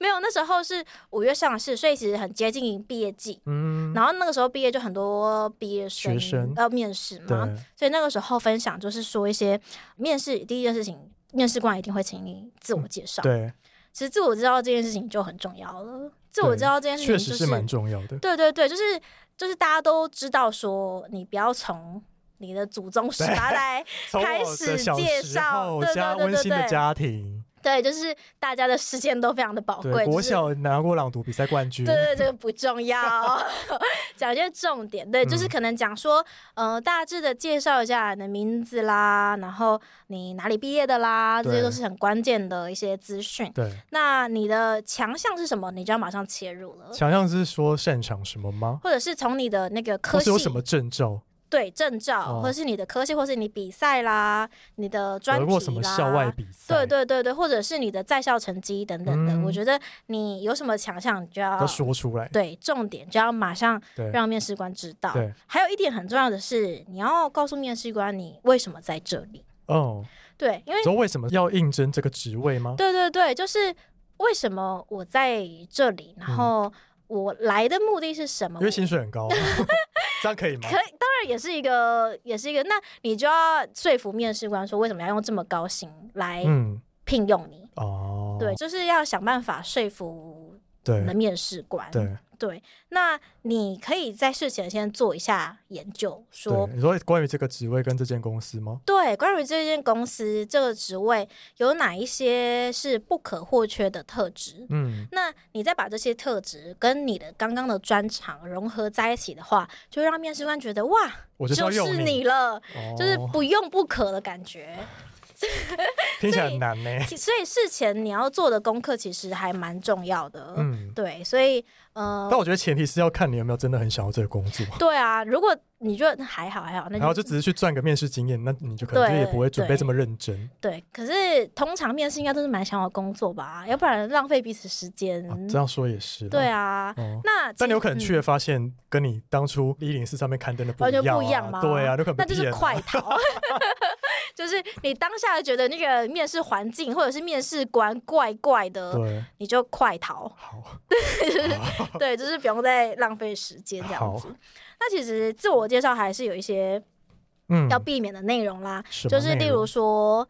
Speaker 1: 没有，那时候是五月上市，所以其实很接近毕业季。
Speaker 2: 嗯，
Speaker 1: 然后那个时候毕业就很多毕业生
Speaker 2: 学生
Speaker 1: 要面试嘛，
Speaker 2: 对，
Speaker 1: 所以那个时候分享就是说一些面试第一件事情，面试官一定会请你自我介绍。
Speaker 2: 嗯对，
Speaker 1: 其实自我介绍这件事情就很重要了，自我
Speaker 2: 对
Speaker 1: 介绍这件事情
Speaker 2: 确
Speaker 1: 就
Speaker 2: 实是蛮重要的，
Speaker 1: 对对对，就是就是大家都知道说，你不要从你的祖宗十八 代，
Speaker 2: 从
Speaker 1: 开
Speaker 2: 我的
Speaker 1: 始
Speaker 2: 小
Speaker 1: 介
Speaker 2: 时
Speaker 1: 绍
Speaker 2: 候
Speaker 1: 对对
Speaker 2: 家
Speaker 1: 对
Speaker 2: 温
Speaker 1: 对
Speaker 2: 馨的
Speaker 1: 对
Speaker 2: 家庭，
Speaker 1: 对，就是大家的时间都非常的宝
Speaker 2: 对
Speaker 1: 贵。，
Speaker 2: 国
Speaker 1: 就是
Speaker 2: 小拿过朗读比赛冠军
Speaker 1: 对，对，这个不重 要，讲一些重点。对，就是
Speaker 2: 嗯
Speaker 1: 可能讲说，呃，大致的介绍一下你的名字啦，然后你哪里毕业的啦，这些
Speaker 2: 对
Speaker 1: 都是很关键的一些资讯。
Speaker 2: 对，
Speaker 1: 那你的强项是什么？你就要马上切入了，
Speaker 2: 强项是说擅长什么吗？
Speaker 1: 或者是从你的那个科
Speaker 2: 或是
Speaker 1: 系
Speaker 2: 有什么证照？
Speaker 1: 对证照，
Speaker 2: 哦
Speaker 1: 或者是你的科系，或是你比赛啦，你的专
Speaker 2: 得
Speaker 1: 题啦，
Speaker 2: 过什么校外比赛？
Speaker 1: 对对对对，或者是你的在校成绩等等的。
Speaker 2: 嗯
Speaker 1: 我觉得你有什么强项，你就
Speaker 2: 要
Speaker 1: 要
Speaker 2: 说出来。
Speaker 1: 啊对重点就要马上
Speaker 2: 对
Speaker 1: 让面试官知道。
Speaker 2: 对
Speaker 1: 还有一点很重要的是，你要告诉面试官你为什么在这里。
Speaker 2: 哦，
Speaker 1: 对，因为
Speaker 2: 你知道为什么要应征这个职位吗？
Speaker 1: 对对对，就是为什么我在这里，然后我来的目的是什么？
Speaker 2: 嗯因为薪水 很高啊，这样可以吗
Speaker 1: 可？以，当然也是一个，也是一个。那你就要说服面试官说，为什么要用这么高薪来
Speaker 2: 嗯，
Speaker 1: 聘用你？
Speaker 2: 哦，
Speaker 1: 对，就是要想办法说服你的
Speaker 2: 对
Speaker 1: 面试官。
Speaker 2: 对
Speaker 1: 对那你可以在事前先做一下研究，说
Speaker 2: 对，你说关于这个职位跟这间公司吗？
Speaker 1: 对，关于这间公司这个职位有哪一些是不可或缺的特质？
Speaker 2: 嗯，
Speaker 1: 那你再把这些特质跟你的刚刚的专长融合在一起的话，就会让面试官觉得哇，
Speaker 2: 我就是要
Speaker 1: 就
Speaker 2: 用
Speaker 1: 是你了，
Speaker 2: 哦
Speaker 1: 就是不用不可的感觉。
Speaker 2: 听起
Speaker 1: 所
Speaker 2: 来
Speaker 1: 以
Speaker 2: 很难呢。
Speaker 1: 其所以事前你要做的功课其实还蛮重要的。
Speaker 2: 嗯，
Speaker 1: 对，所以呃
Speaker 2: 但，我觉得前提是要看你有没有真的很想要这个工作，
Speaker 1: 对啊，如果你觉得还好还好， 那
Speaker 2: 然后就
Speaker 1: 就
Speaker 2: 只是去赚个面试经验，那你就可能就
Speaker 1: 对
Speaker 2: 也不会准备
Speaker 1: 对
Speaker 2: 这么认真
Speaker 1: 对。可是通常面试应该都是蛮想要工作吧，要不然浪费彼此时间。
Speaker 2: 啊。这样说也是啦，
Speaker 1: 嗯对啊，
Speaker 2: 哦。
Speaker 1: 那
Speaker 2: 但你有
Speaker 1: 其嗯
Speaker 2: 可能去了发现跟你当初一零四上面刊登的不
Speaker 1: 完
Speaker 2: 一
Speaker 1: 全
Speaker 2: 样、啊，
Speaker 1: 不一样吗？
Speaker 2: 对啊，有可能
Speaker 1: 那
Speaker 2: 被
Speaker 1: 就是
Speaker 2: 骗了
Speaker 1: 快逃。 就是你当下觉得那个面试环境或者是面试官怪怪的，
Speaker 2: 对，。
Speaker 1: 你就快逃
Speaker 2: 好，
Speaker 1: 对，就是不用再浪费时间这样
Speaker 2: 好
Speaker 1: 子。那其实自我介绍还是有一些
Speaker 2: 嗯，
Speaker 1: 要避免的内容啦，
Speaker 2: 什么
Speaker 1: 就是
Speaker 2: 内
Speaker 1: 例
Speaker 2: 容
Speaker 1: 如说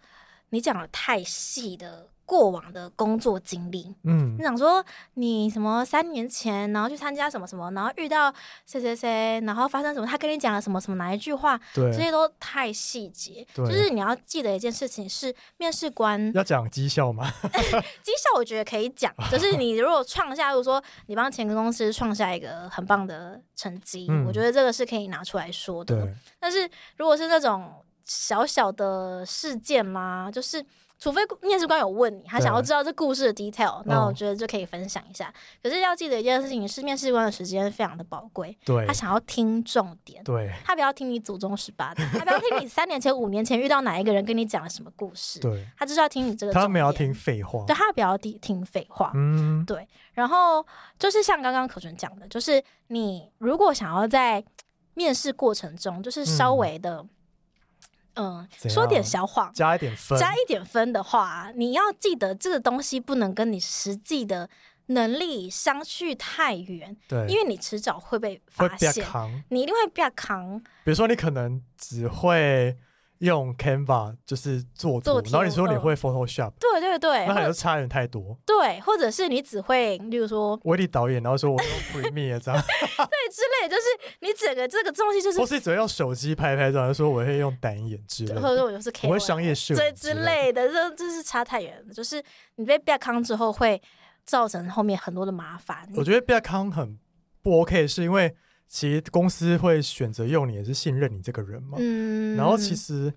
Speaker 1: 你讲的太细的过往的工作经历，
Speaker 2: 嗯
Speaker 1: 你想说你什么三年前，然后去参加什么什么，然后遇到谁谁谁，然后发生什么，他跟你讲了什么什么哪一句话，
Speaker 2: 对，
Speaker 1: 这些都太细节。
Speaker 2: 对
Speaker 1: 就是你要记得一件事情是，面试官
Speaker 2: 要讲绩 效嘛，
Speaker 1: 绩效，我觉得可以 讲，就是你如果创下，如果说你帮前公司创下一个很棒的成绩，
Speaker 2: 嗯
Speaker 1: 我觉得这个是可以拿出来说的。
Speaker 2: 对，
Speaker 1: 但是如果是那种小小的事件嘛，就是。除非面试官有问你，他
Speaker 2: 对
Speaker 1: 想要知道这故事的 detail，那我
Speaker 2: 哦
Speaker 1: 觉得就可以分享一下。可是要记得一件事情是，面试官的时间非常的宝贵，
Speaker 2: 对
Speaker 1: 他，想要听重点。
Speaker 2: 对，
Speaker 1: 他不要听你祖宗十八代，他不要听你三年前、五年前遇到哪一个人跟你讲了什么故事，
Speaker 2: 对，
Speaker 1: 他就是要听你这个。
Speaker 2: 他们要，听废话
Speaker 1: 对，他不要听听废话。
Speaker 2: 嗯，
Speaker 1: 然后就是像刚刚可纯讲的，就是你如果想要在面试过程中，就是稍微的，嗯，
Speaker 2: 怎样
Speaker 1: 说点小谎，
Speaker 2: 加一点分，
Speaker 1: 加一点分的话，啊你要记得这个东西不能跟你实际的能力相去太远，
Speaker 2: 对，
Speaker 1: 因为你迟早会被发
Speaker 2: 会比较
Speaker 1: 现，
Speaker 2: 扛。
Speaker 1: 你一定会被扛。
Speaker 2: 比如说你可能只会用 Canva 就是做
Speaker 1: 做
Speaker 2: 图，
Speaker 1: 图
Speaker 2: 然后你说你
Speaker 1: 嗯
Speaker 2: 会 Photoshop，
Speaker 1: 对对对，或
Speaker 2: 那还
Speaker 1: 者
Speaker 2: 是差点太多。
Speaker 1: 对，或者是你只会，例如说，
Speaker 2: 威力导演，然后说我用 Premiere 啊 这样，
Speaker 1: 对之类，就是你整个这个东西就是
Speaker 2: 或，是只会用手机拍拍照，然后说我会用单眼之类
Speaker 1: 或者
Speaker 2: 的，
Speaker 1: 说我就是 K，
Speaker 2: 我会商业摄
Speaker 1: 对
Speaker 2: 影
Speaker 1: 之
Speaker 2: 类
Speaker 1: 类的，这这是差太远了。就是你被 b a 康之后，会造成后面很多的麻烦
Speaker 2: 的。。我觉得 b a c o n 很不 OK，是因为其实公司会选择用你，也是信任你这个人嘛。
Speaker 1: 嗯，
Speaker 2: 然后其实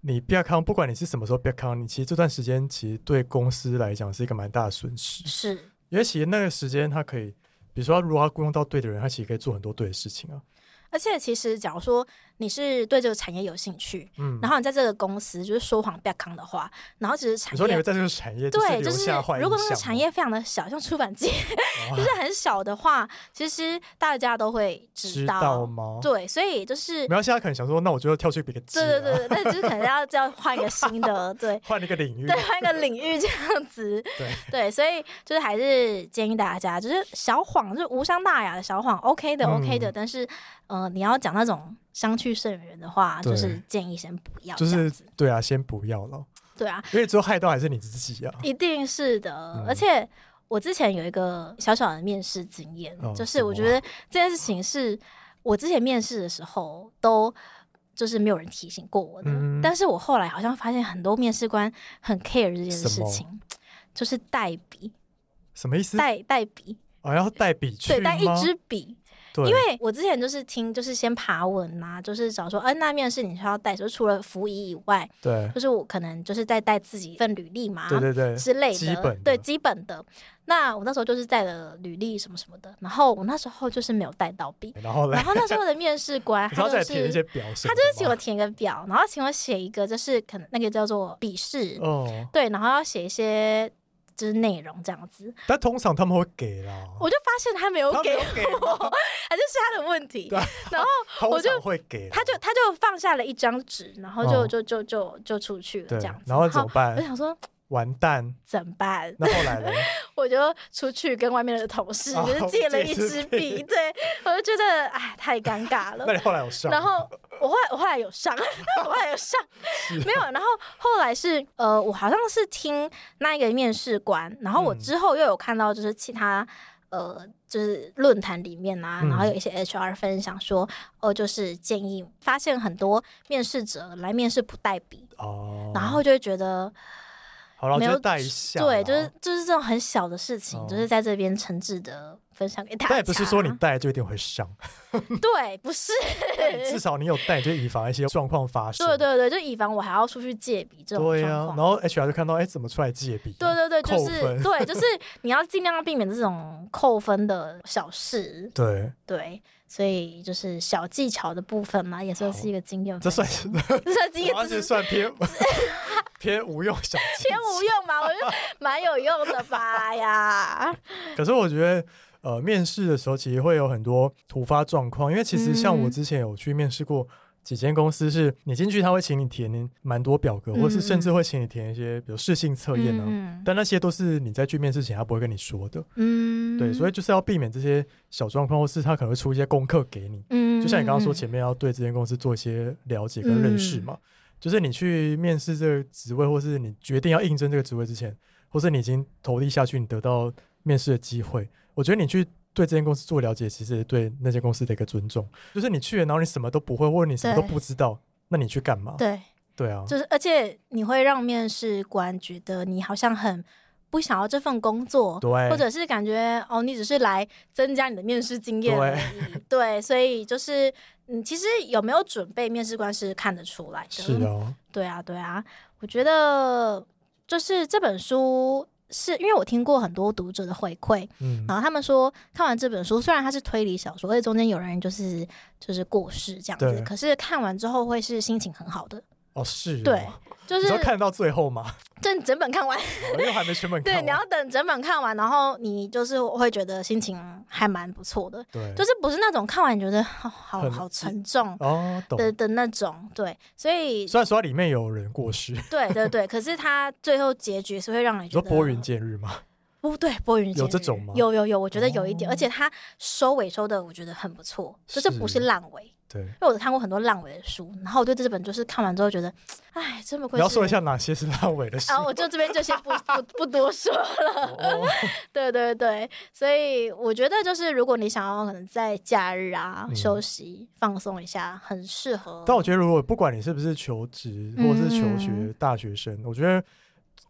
Speaker 2: 你 b a c o n 不管你是什么时候 b a c o n 你其实这段时间其实对公司来讲是一个蛮大的损失。
Speaker 1: 是
Speaker 2: 因为其实那个时间他可以，比如说他如果要雇佣到对的人，他其实可以做很多对的事情啊。
Speaker 1: 而且其实，假如说你是对这个产业有兴趣，
Speaker 2: 嗯，
Speaker 1: 然后你在这个公司就是说谎 b a 康的话，然后只是产
Speaker 2: 你说你会
Speaker 1: 业。
Speaker 2: 在这个产业是
Speaker 1: 对，
Speaker 2: 留
Speaker 1: 就是
Speaker 2: 下坏
Speaker 1: 如果那
Speaker 2: 印
Speaker 1: 个
Speaker 2: 象
Speaker 1: 产
Speaker 2: 吗啊
Speaker 1: 业非常的小，像出版界
Speaker 2: 哇
Speaker 1: 就是很小的话，其实大家都会知
Speaker 2: 知道吗？
Speaker 1: 对，所以就是
Speaker 2: 没有，现在可能想说，那我就跳去别的职
Speaker 1: 对
Speaker 2: 啊
Speaker 1: 对对，但就是可能要 要换一个新的，对
Speaker 2: 换一个领域。
Speaker 1: 对，换一个领域这样子，
Speaker 2: 对
Speaker 1: 对，所以就是还是建议大家，就是小谎，就是无伤大雅的小谎，OK 的
Speaker 2: 嗯
Speaker 1: OK 的，但是呃，你要讲那种相去甚远的话，
Speaker 2: 对
Speaker 1: 就是建议先不要这
Speaker 2: 就
Speaker 1: 样
Speaker 2: 是
Speaker 1: 子，
Speaker 2: 对啊，先不要了，
Speaker 1: 对啊，
Speaker 2: 因为最后害到还是你自己啊。
Speaker 1: 一定是的
Speaker 2: 嗯，
Speaker 1: 而且。我之前有一个小小的面试经验，
Speaker 2: 哦
Speaker 1: 就是
Speaker 2: 什
Speaker 1: 我
Speaker 2: 么
Speaker 1: 觉
Speaker 2: 啊
Speaker 1: 得这件事情是我之前面试的时候都就是没有人提醒过我的，
Speaker 2: 嗯
Speaker 1: 但是我后来好像发现很多面试官很 care 这件
Speaker 2: 什
Speaker 1: 事
Speaker 2: 么
Speaker 1: 情，就是带笔
Speaker 2: 什么意思？
Speaker 1: 带带笔，
Speaker 2: 哦，要带笔去
Speaker 1: 对，带一
Speaker 2: 吗
Speaker 1: 支笔，
Speaker 2: 对，
Speaker 1: 因为我之前就是听就是先爬文啊，就是找说，嗯、那面试你需要带，就是除了服仪以外，
Speaker 2: 对
Speaker 1: 就是我可能就是在带自己一份履历嘛，
Speaker 2: 对对对，
Speaker 1: 之类的，
Speaker 2: 基本的
Speaker 1: 对基本的。那我那时候就是带了履历什么什么的，然后我那时候就是没有带到 笔，
Speaker 2: 然后嘞
Speaker 1: 然，后那时候的面试官
Speaker 2: 你知道
Speaker 1: 他
Speaker 2: 再
Speaker 1: 就
Speaker 2: 填一些
Speaker 1: 是
Speaker 2: 表什
Speaker 1: 他
Speaker 2: 么
Speaker 1: 就是请
Speaker 2: 的
Speaker 1: 我
Speaker 2: 吗
Speaker 1: 填一个表，然后请我写一个就是可能那个叫做笔试，
Speaker 2: 哦，
Speaker 1: 对，然后要写一些就是内容这样子。
Speaker 2: 但通常他们会给啦，
Speaker 1: 我就发现他没有
Speaker 2: 他没
Speaker 1: 给
Speaker 2: 有
Speaker 1: 我，
Speaker 2: 给吗
Speaker 1: 还啊是是他的问题。
Speaker 2: 对啊
Speaker 1: 然后
Speaker 2: 通
Speaker 1: 我就
Speaker 2: 常会给啦，
Speaker 1: 他就他就放下了一张纸，然后就、
Speaker 2: 哦
Speaker 1: 就就就就出去了
Speaker 2: 对
Speaker 1: 这样子。
Speaker 2: 然后怎么办
Speaker 1: 我 想说
Speaker 2: 完蛋。
Speaker 1: 怎么办？
Speaker 2: 那后来呢？
Speaker 1: 我就出去跟外面的同事
Speaker 2: 哦
Speaker 1: 就是借了一
Speaker 2: 借
Speaker 1: 支
Speaker 2: 支
Speaker 1: 笔，
Speaker 2: 笔
Speaker 1: 对我就觉得哎太尴尬了
Speaker 2: 那。你后来有上？
Speaker 1: 然后我后来我后来有上， 我后来有 上，没有。然后后来是呃，我好像是听那一个面试官，然后我
Speaker 2: 嗯
Speaker 1: 之后又有看到就是其他。呃，就是论坛里面啊，
Speaker 2: 嗯
Speaker 1: 然后有一些 HR 分享说，哦、就是建议发现很多面试者来面试不带笔，
Speaker 2: 哦，
Speaker 1: 然后就会觉得，
Speaker 2: 好了，
Speaker 1: 没有
Speaker 2: 就带一下啦。
Speaker 1: 对，就是就是这种很小的事情，
Speaker 2: 哦
Speaker 1: 就是在这边诚挚的分享给大家。
Speaker 2: 但也不是说你带就一定 会上，
Speaker 1: 对，不 是，
Speaker 2: 但你至少你有带，就以防一些状况发 生。
Speaker 1: 对对对，就以防我还要出去借笔这种
Speaker 2: 对呀、
Speaker 1: 状况。
Speaker 2: 然后 HR 就看到，哎，怎么出来借笔？
Speaker 1: 对对对，就
Speaker 2: 扣
Speaker 1: 是
Speaker 2: 分
Speaker 1: 对， 就是你要尽量避免这种扣分的小事，
Speaker 2: 对，
Speaker 1: 对，所以就是小技巧的部分嘛，也算是一个经验
Speaker 2: 这
Speaker 1: 分享，
Speaker 2: 算 是
Speaker 1: 这算经验
Speaker 2: 而
Speaker 1: 知
Speaker 2: 且
Speaker 1: 识。
Speaker 2: 算 偏偏无用小技
Speaker 1: 偏无用嘛，我觉得蛮有用的吧呀。
Speaker 2: 巧。可是我觉得，呃，面试的时候其实会有很多突发状况，因为其实像我
Speaker 1: 嗯
Speaker 2: 之前有去面试过。几间公司是你进去，他会请你填蛮多表格，或是甚至会请你填一些，比如试性测验啊，
Speaker 1: 嗯
Speaker 2: 但那些都是你在去面试前他不会跟你说的，
Speaker 1: 嗯
Speaker 2: 对，所以就是要避免这些小状况，或是他可能会出一些功课给你，
Speaker 1: 嗯
Speaker 2: 就像你刚刚说，
Speaker 1: 嗯
Speaker 2: 前面要对这间公司做一些了解跟认识嘛，就是你去面试这个职位，或是你决定要应征这个职位之前，或是你已经投递下去，你得到面试的机会，我觉得你去对这间公司做了解，其实也对那间公司的一个尊重。就是你去了，然后你什么都不会，或者你什么都
Speaker 1: 对
Speaker 2: 不知道，那你去干嘛？
Speaker 1: 对，
Speaker 2: 对啊，
Speaker 1: 就是而且你会让面试官觉得你好像很不想要这份工作，
Speaker 2: 对，
Speaker 1: 或者是感觉哦，你只是来增加你的面试经验
Speaker 2: 对
Speaker 1: 而已。 对，所以就是嗯，其实有没有准备，面试官是看得出来的。
Speaker 2: 是啊，
Speaker 1: 对啊，对啊，我觉得就是这本书。是因为我听过很多读者的回馈，
Speaker 2: 嗯，
Speaker 1: 然后他们说看完这本书，虽然它是推理小说，而且中间有人就是就是过世这样子
Speaker 2: 对，
Speaker 1: 可是看完之后会是心情很好的，
Speaker 2: 哦是哦，
Speaker 1: 对就
Speaker 2: 你
Speaker 1: 是
Speaker 2: 要看到最后 嘛，
Speaker 1: 整整本看完，
Speaker 2: 因为还没全本看
Speaker 1: 对，
Speaker 2: 完。
Speaker 1: 你要等整本看完，然后你就是会觉得心情还蛮不错的，
Speaker 2: 对，
Speaker 1: 就是不是那种看完觉得好好
Speaker 2: 很
Speaker 1: 好沉重
Speaker 2: 哦懂。
Speaker 1: 的的那种，对，所以
Speaker 2: 虽然说它里面有人过世，你
Speaker 1: 对 对对，可是它最后结局是会让你觉
Speaker 2: 说
Speaker 1: 得
Speaker 2: 拨云见日嘛，
Speaker 1: 不对，拨云见
Speaker 2: 有
Speaker 1: 日
Speaker 2: 这种吗
Speaker 1: 有有有，我觉得有一点，
Speaker 2: 哦
Speaker 1: 而且它收尾收的我觉得很不错，就是不是
Speaker 2: 是
Speaker 1: 烂尾，
Speaker 2: 对。
Speaker 1: 因为我看过很多烂尾的书，然后我对这本就是看完之后觉得，哎，真不愧
Speaker 2: 你
Speaker 1: 是
Speaker 2: 要说一下哪些是烂尾的事？
Speaker 1: 啊，我就这边就先不 不不多说
Speaker 2: 哦
Speaker 1: 对对对，所以我觉得就是，如果你想要可能在假日啊、
Speaker 2: 嗯
Speaker 1: 休息放松一下，很适合。
Speaker 2: 但我觉得，如果不管你是不是求职或是求学
Speaker 1: 嗯
Speaker 2: 大学生，我觉得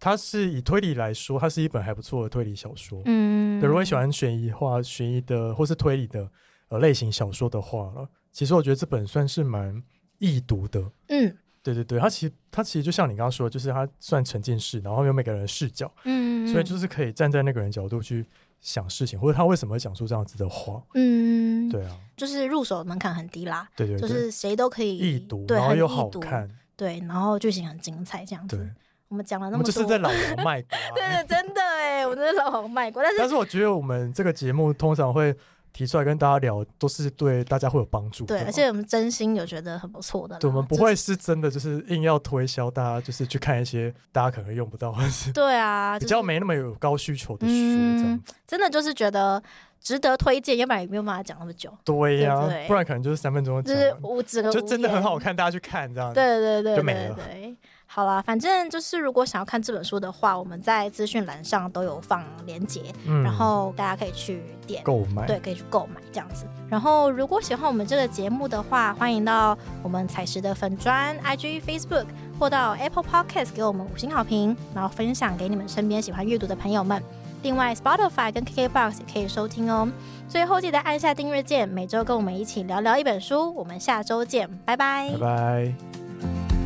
Speaker 2: 它是以推理来说，它是一本还不错的推理小说。
Speaker 1: 嗯
Speaker 2: 对，如果你喜欢悬疑的话、悬疑的或是推理的呃类型小说的话了，其实我觉得这本算是蛮易读的。
Speaker 1: 嗯
Speaker 2: 对对对，它其实它其实就像你刚刚说的，就是它算沉浸式，然后有每个人的视角，
Speaker 1: 嗯，
Speaker 2: 所以就是可以站在那个人角度去想事情，或者他为什么会讲出这样子的话。
Speaker 1: 嗯，
Speaker 2: 对啊，
Speaker 1: 就是入手门槛很低啦，
Speaker 2: 对对
Speaker 1: 就
Speaker 2: 对，
Speaker 1: 是谁都可以
Speaker 2: 易读，
Speaker 1: 对，
Speaker 2: 然后
Speaker 1: 很
Speaker 2: 又
Speaker 1: 易
Speaker 2: 好
Speaker 1: 读，
Speaker 2: 看，
Speaker 1: 对，然后剧情很精彩，这样
Speaker 2: 对，
Speaker 1: 子。我们讲了
Speaker 2: 我
Speaker 1: 那么
Speaker 2: 们
Speaker 1: 多，
Speaker 2: 就是在老王卖瓜。
Speaker 1: 对对，真的哎，我真的老王卖瓜，但是
Speaker 2: 但是我觉得我们这个节目通常会提出来跟大家聊，都是对大家会有帮助的
Speaker 1: 对，
Speaker 2: 嘛。
Speaker 1: 而且我们真心有觉得很不错的啦，
Speaker 2: 对我们不
Speaker 1: 就是
Speaker 2: 会是真的就是硬要推销大家，就是去看一些大家可能用不到，或是
Speaker 1: 对啊，
Speaker 2: 比
Speaker 1: 就是
Speaker 2: 较没那么有高需求的书
Speaker 1: 嗯
Speaker 2: 这样子。
Speaker 1: 真的就是觉得值得推荐，要不然也没有办法讲那么久，
Speaker 2: 对呀
Speaker 1: 对对，
Speaker 2: 不然可能就是三分钟
Speaker 1: 就
Speaker 2: 讲
Speaker 1: 是
Speaker 2: 完，
Speaker 1: 我整个
Speaker 2: 就
Speaker 1: 无
Speaker 2: 真的很
Speaker 1: 言
Speaker 2: 好看，大家去看这样。
Speaker 1: 对对对对
Speaker 2: 就没了
Speaker 1: 对对，好啦，反正就是如果想要看这本书的话，我们在资讯栏上都有放链接，
Speaker 2: 嗯，
Speaker 1: 然后大家可以去点。
Speaker 2: 购买，
Speaker 1: 对，可以去购买这样子。然后，如果喜欢我们这个节目的话，欢迎到我们彩石的粉砖、IG、Facebook 或到 Apple Podcast 给我们五星好评，然后分享给你们身边喜欢阅读的朋友们。另外，Spotify 跟 KKBox 也可以收听哦。最后记得按下订阅键，每周跟我们一起聊聊一本书。我们下周见，拜拜
Speaker 2: 拜拜。